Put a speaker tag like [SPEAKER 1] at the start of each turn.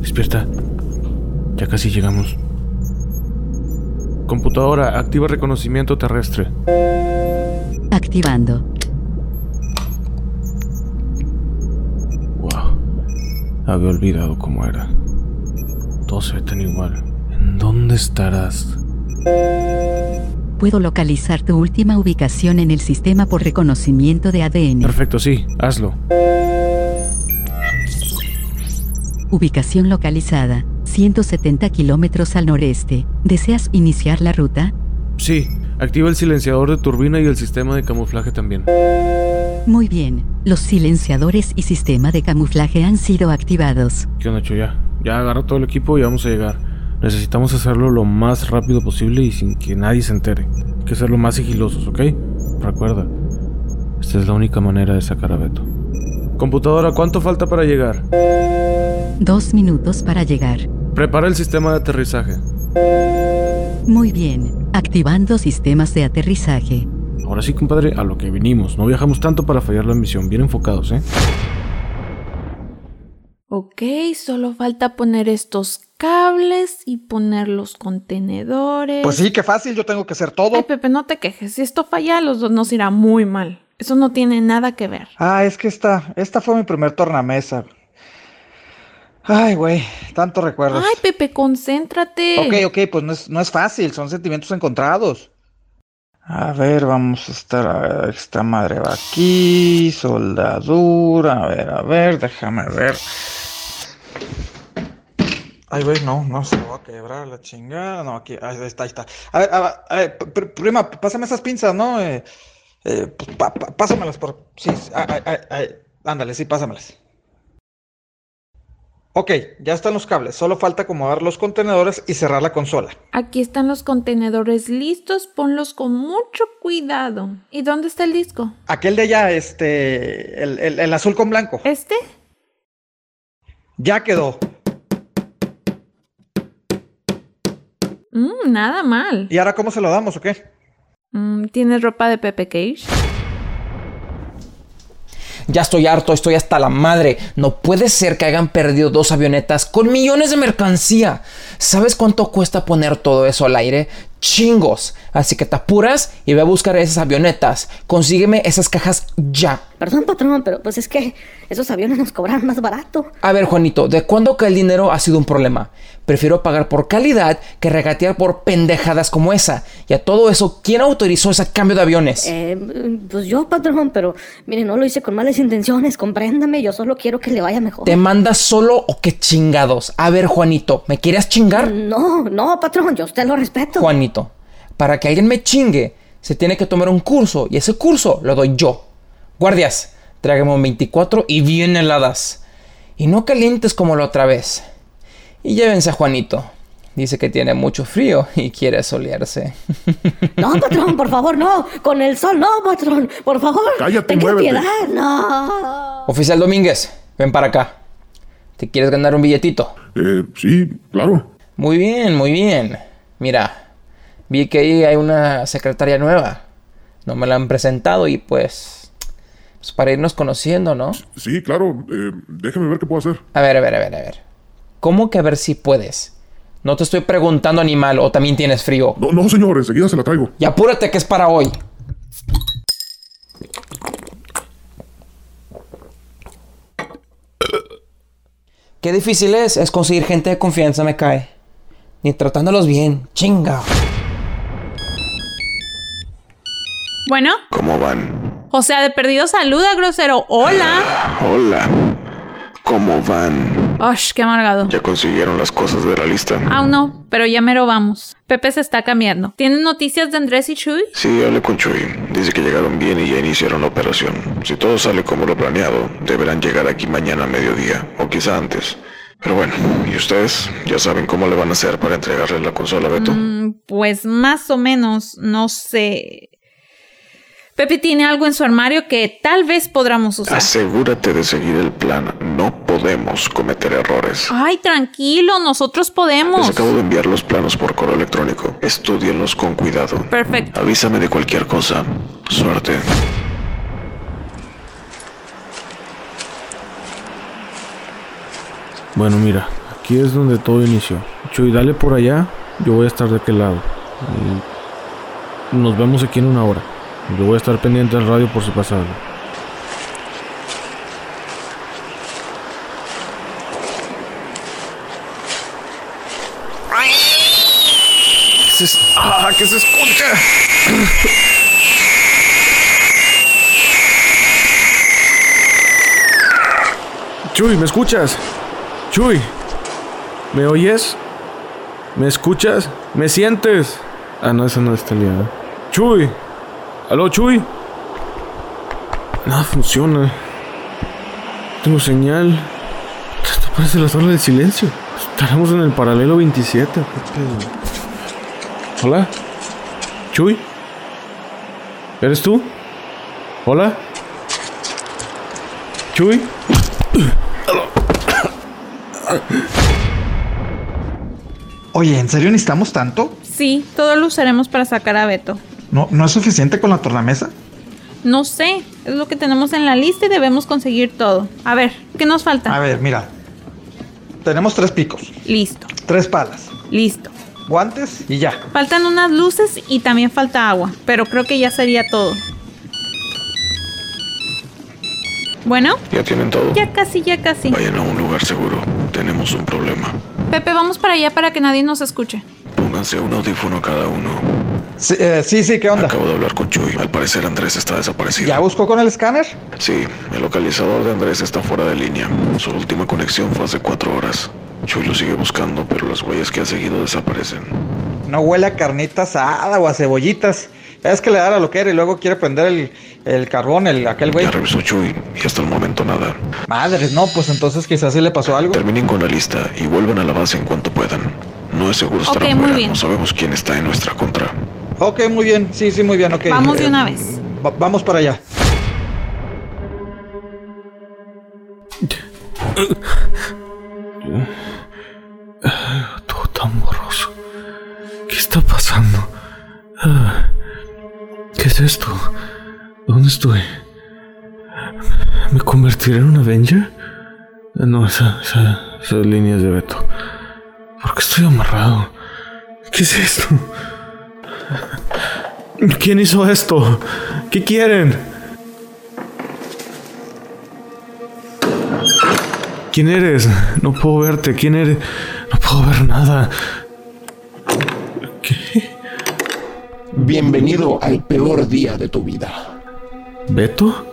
[SPEAKER 1] Despierta. Ya casi llegamos. Computadora, activa reconocimiento terrestre.
[SPEAKER 2] Activando.
[SPEAKER 1] Wow. Había olvidado cómo era. Todos se ve tan igual. ¿En dónde estarás?
[SPEAKER 2] Puedo localizar tu última ubicación en el sistema por reconocimiento de ADN.
[SPEAKER 1] Perfecto, sí, hazlo.
[SPEAKER 2] Ubicación localizada. 170 kilómetros al noreste. ¿Deseas iniciar la ruta?
[SPEAKER 1] Sí, activa el silenciador de turbina y el sistema de camuflaje también.
[SPEAKER 2] Muy bien. Los silenciadores y sistema de camuflaje han sido activados.
[SPEAKER 1] ¿Qué onda, hecho ya? Ya agarra todo el equipo y vamos a llegar. Necesitamos hacerlo lo más rápido posible y sin que nadie se entere. Hay que hacerlo más sigilosos, ¿ok? Recuerda, esta es la única manera de sacar a Beto. Computadora, ¿cuánto falta para llegar?
[SPEAKER 2] Dos minutos para llegar.
[SPEAKER 1] Prepara el sistema de aterrizaje.
[SPEAKER 2] Muy bien. Activando sistemas de aterrizaje.
[SPEAKER 1] Ahora sí, compadre, a lo que vinimos. No viajamos tanto para fallar la misión. Bien enfocados, ¿eh?
[SPEAKER 3] Ok, solo falta poner estos cables y poner los contenedores.
[SPEAKER 4] Pues sí, qué fácil, yo tengo que hacer todo.
[SPEAKER 3] Ay, Pepe, no te quejes. Si esto falla, a los dos nos irá muy mal. Eso no tiene nada que ver.
[SPEAKER 4] Ah, es que esta, esta fue mi primer tornamesa. Ay, güey, tantos recuerdos.
[SPEAKER 3] Ay, Pepe, concéntrate.
[SPEAKER 4] ok, ok, pues no es, no es fácil, son sentimientos encontrados. A ver, vamos a estar, a ver, esta madre va aquí, soldadura, a ver, a ver, déjame ver. Ay, güey, no, no se va a quebrar la chingada. No, aquí, ahí está, ahí está. A ver, a, a ver, pr- pr- prima, pásame esas pinzas, ¿no? Eh, eh, pues, pa- pa- pásamelas por. Sí, sí, ah, ah, ah, ah, ándale, sí, pásamelas. Ok, ya están los cables. Solo falta acomodar los contenedores y cerrar la consola.
[SPEAKER 3] Aquí están los contenedores listos, ponlos con mucho cuidado. ¿Y dónde está el disco?
[SPEAKER 4] Aquel de allá, este. El, el- el azul con blanco.
[SPEAKER 3] ¿Este?
[SPEAKER 4] Ya quedó.
[SPEAKER 3] Mm, nada mal.
[SPEAKER 4] ¿Y ahora cómo se lo damos o qué?
[SPEAKER 3] Mm, ¿Tienes ropa de Pepe Cage?
[SPEAKER 5] Ya estoy harto, estoy hasta la madre. No puede ser que hayan perdido dos avionetas con millones de mercancía. ¿Sabes cuánto cuesta poner todo eso al aire? Chingos. Así que te apuras y ve a buscar esas avionetas. Consígueme esas cajas ya.
[SPEAKER 6] Perdón, patrón, pero pues es que esos aviones nos cobran más barato.
[SPEAKER 5] A ver, Juanito, ¿de cuándo que el dinero ha sido un problema? Prefiero pagar por calidad que regatear por pendejadas como esa. Y a todo eso, ¿quién autorizó ese cambio de aviones?
[SPEAKER 6] Eh, pues yo, patrón, pero mire, no lo hice con malas intenciones, compréndame, yo solo quiero que le vaya mejor.
[SPEAKER 5] ¿Te mandas solo o qué chingados? A ver, Juanito, ¿me quieres chingar?
[SPEAKER 6] No, no, patrón, yo a usted lo respeto.
[SPEAKER 5] Juanito, para que alguien me chingue, se tiene que tomar un curso y ese curso lo doy yo. Guardias, tráigame un 24 y bien heladas. Y no calientes como la otra vez. Y llévense a Juanito. Dice que tiene mucho frío y quiere solearse.
[SPEAKER 6] No, patrón, por favor, no. Con el sol, no, patrón, por favor.
[SPEAKER 7] Cállate,
[SPEAKER 6] tenga
[SPEAKER 7] muévete.
[SPEAKER 6] piedad, no.
[SPEAKER 5] Oficial Domínguez, ven para acá. ¿Te quieres ganar un billetito?
[SPEAKER 7] Eh, sí, claro.
[SPEAKER 5] Muy bien, muy bien. Mira, vi que ahí hay una secretaria nueva. No me la han presentado y pues... Pues para irnos conociendo, ¿no?
[SPEAKER 7] Sí, claro. Eh, déjame ver qué puedo hacer.
[SPEAKER 5] A ver, a ver, a ver, a ver. ¿Cómo que a ver si puedes? No te estoy preguntando, animal, o también tienes frío.
[SPEAKER 7] No, no, señor, enseguida se la traigo.
[SPEAKER 5] Y apúrate que es para hoy. Qué difícil es, es conseguir gente de confianza, me cae. Ni tratándolos bien, chinga.
[SPEAKER 3] Bueno,
[SPEAKER 8] ¿Cómo van?
[SPEAKER 3] o sea, de perdido saluda, grosero. Hola.
[SPEAKER 8] Hola. ¿Cómo van?
[SPEAKER 3] Osh, qué amargado.
[SPEAKER 8] ¿Ya consiguieron las cosas de la lista?
[SPEAKER 3] Aún no, pero ya mero vamos. Pepe se está cambiando. ¿Tienen noticias de Andrés y Chuy?
[SPEAKER 8] Sí, hablé con Chuy. Dice que llegaron bien y ya iniciaron la operación. Si todo sale como lo planeado, deberán llegar aquí mañana a mediodía, o quizá antes. Pero bueno, ¿y ustedes? ¿Ya saben cómo le van a hacer para entregarle la consola a Beto?
[SPEAKER 3] Mm, Pues más o menos, no sé. Pepe tiene algo en su armario que tal vez podamos usar.
[SPEAKER 8] Ah, Asegúrate de seguir el plan. No podemos cometer errores.
[SPEAKER 3] Ay, tranquilo, nosotros podemos.
[SPEAKER 8] Les Pues acabo de enviar los planos por correo electrónico. Estudienlos con cuidado.
[SPEAKER 3] Perfecto.
[SPEAKER 8] Avísame de cualquier cosa. Suerte.
[SPEAKER 1] Bueno, mira, Aquí es donde todo inició. Chuy, dale por allá. Yo voy a estar de aquel lado. Y Nos vemos aquí en una hora. Yo voy a estar pendiente del radio por si pasa algo.
[SPEAKER 9] ¿Qué se, ah, ¿qué se escucha?
[SPEAKER 1] Chuy, ¿me escuchas? Chuy, ¿me oyes? ¿Me escuchas? ¿Me sientes? Ah, no, esa no está liada. Chuy, ¿aló, Chuy? Nada funciona. Tengo señal. Esto parece la sala del silencio. Estaremos en el paralelo 27. ¿qué pedo? Hola, Chuy. ¿Eres tú? Hola, Chuy.
[SPEAKER 4] Oye, ¿en serio necesitamos tanto?
[SPEAKER 3] Sí, todo lo usaremos para sacar a Beto.
[SPEAKER 4] ¿No, ¿No es suficiente con la tornamesa?
[SPEAKER 3] No sé, es lo que tenemos en la lista y debemos conseguir todo. A ver, ¿qué nos falta?
[SPEAKER 4] A ver, mira. Tenemos tres picos,
[SPEAKER 3] Listo,
[SPEAKER 4] tres palas,
[SPEAKER 3] listo.
[SPEAKER 4] guantes y ya.
[SPEAKER 3] Faltan unas luces y también falta agua, pero creo que ya sería todo. Bueno,
[SPEAKER 8] ¿Ya tienen todo?
[SPEAKER 3] ya casi, ya casi.
[SPEAKER 8] Vayan a un lugar seguro. Tenemos un problema.
[SPEAKER 3] Pepe, vamos para allá para que nadie nos escuche.
[SPEAKER 8] Pónganse un audífono cada uno.
[SPEAKER 4] Sí, eh, sí, sí, ¿qué onda?
[SPEAKER 8] Acabo de hablar con Chuy. Al parecer Andrés está desaparecido.
[SPEAKER 4] ¿Ya uh. buscó con el escáner?
[SPEAKER 8] Sí, el localizador de Andrés está fuera de línea. Su última conexión fue hace cuatro horas. Chuy lo sigue buscando, pero las huellas que ha seguido desaparecen.
[SPEAKER 4] No huele a carnita asada o a cebollitas. Es que le da la loquera y luego quiere prender el, el carbón, el, aquel güey.
[SPEAKER 8] Ya revisó Chuy y hasta el momento nada.
[SPEAKER 4] Madres, no, pues entonces quizás sí le pasó algo.
[SPEAKER 8] Terminen con la lista y vuelvan a la base en cuanto puedan. No es seguro estar
[SPEAKER 3] Ok, muy
[SPEAKER 8] afuera.
[SPEAKER 3] bien.
[SPEAKER 8] No sabemos quién está en nuestra contra.
[SPEAKER 4] Ok, muy bien, sí, sí, muy bien, ok.
[SPEAKER 3] Vamos de
[SPEAKER 4] Eh,
[SPEAKER 3] una vez.
[SPEAKER 4] va- vamos para allá.
[SPEAKER 1] Todo tan borroso. ¿Qué está pasando? Ah, ¿Qué es esto? ¿Dónde estoy? ¿Me convertiré en un Avenger? Ah, No, esa, esa, esas líneas de Beto. ¿Por qué estoy amarrado? ¿Qué es esto? ¿Quién hizo esto? ¿Qué quieren? ¿Quién eres? No puedo verte. ¿Quién eres? No puedo ver nada. ¿Qué?
[SPEAKER 10] Bienvenido al peor día de tu vida.
[SPEAKER 1] ¿Beto?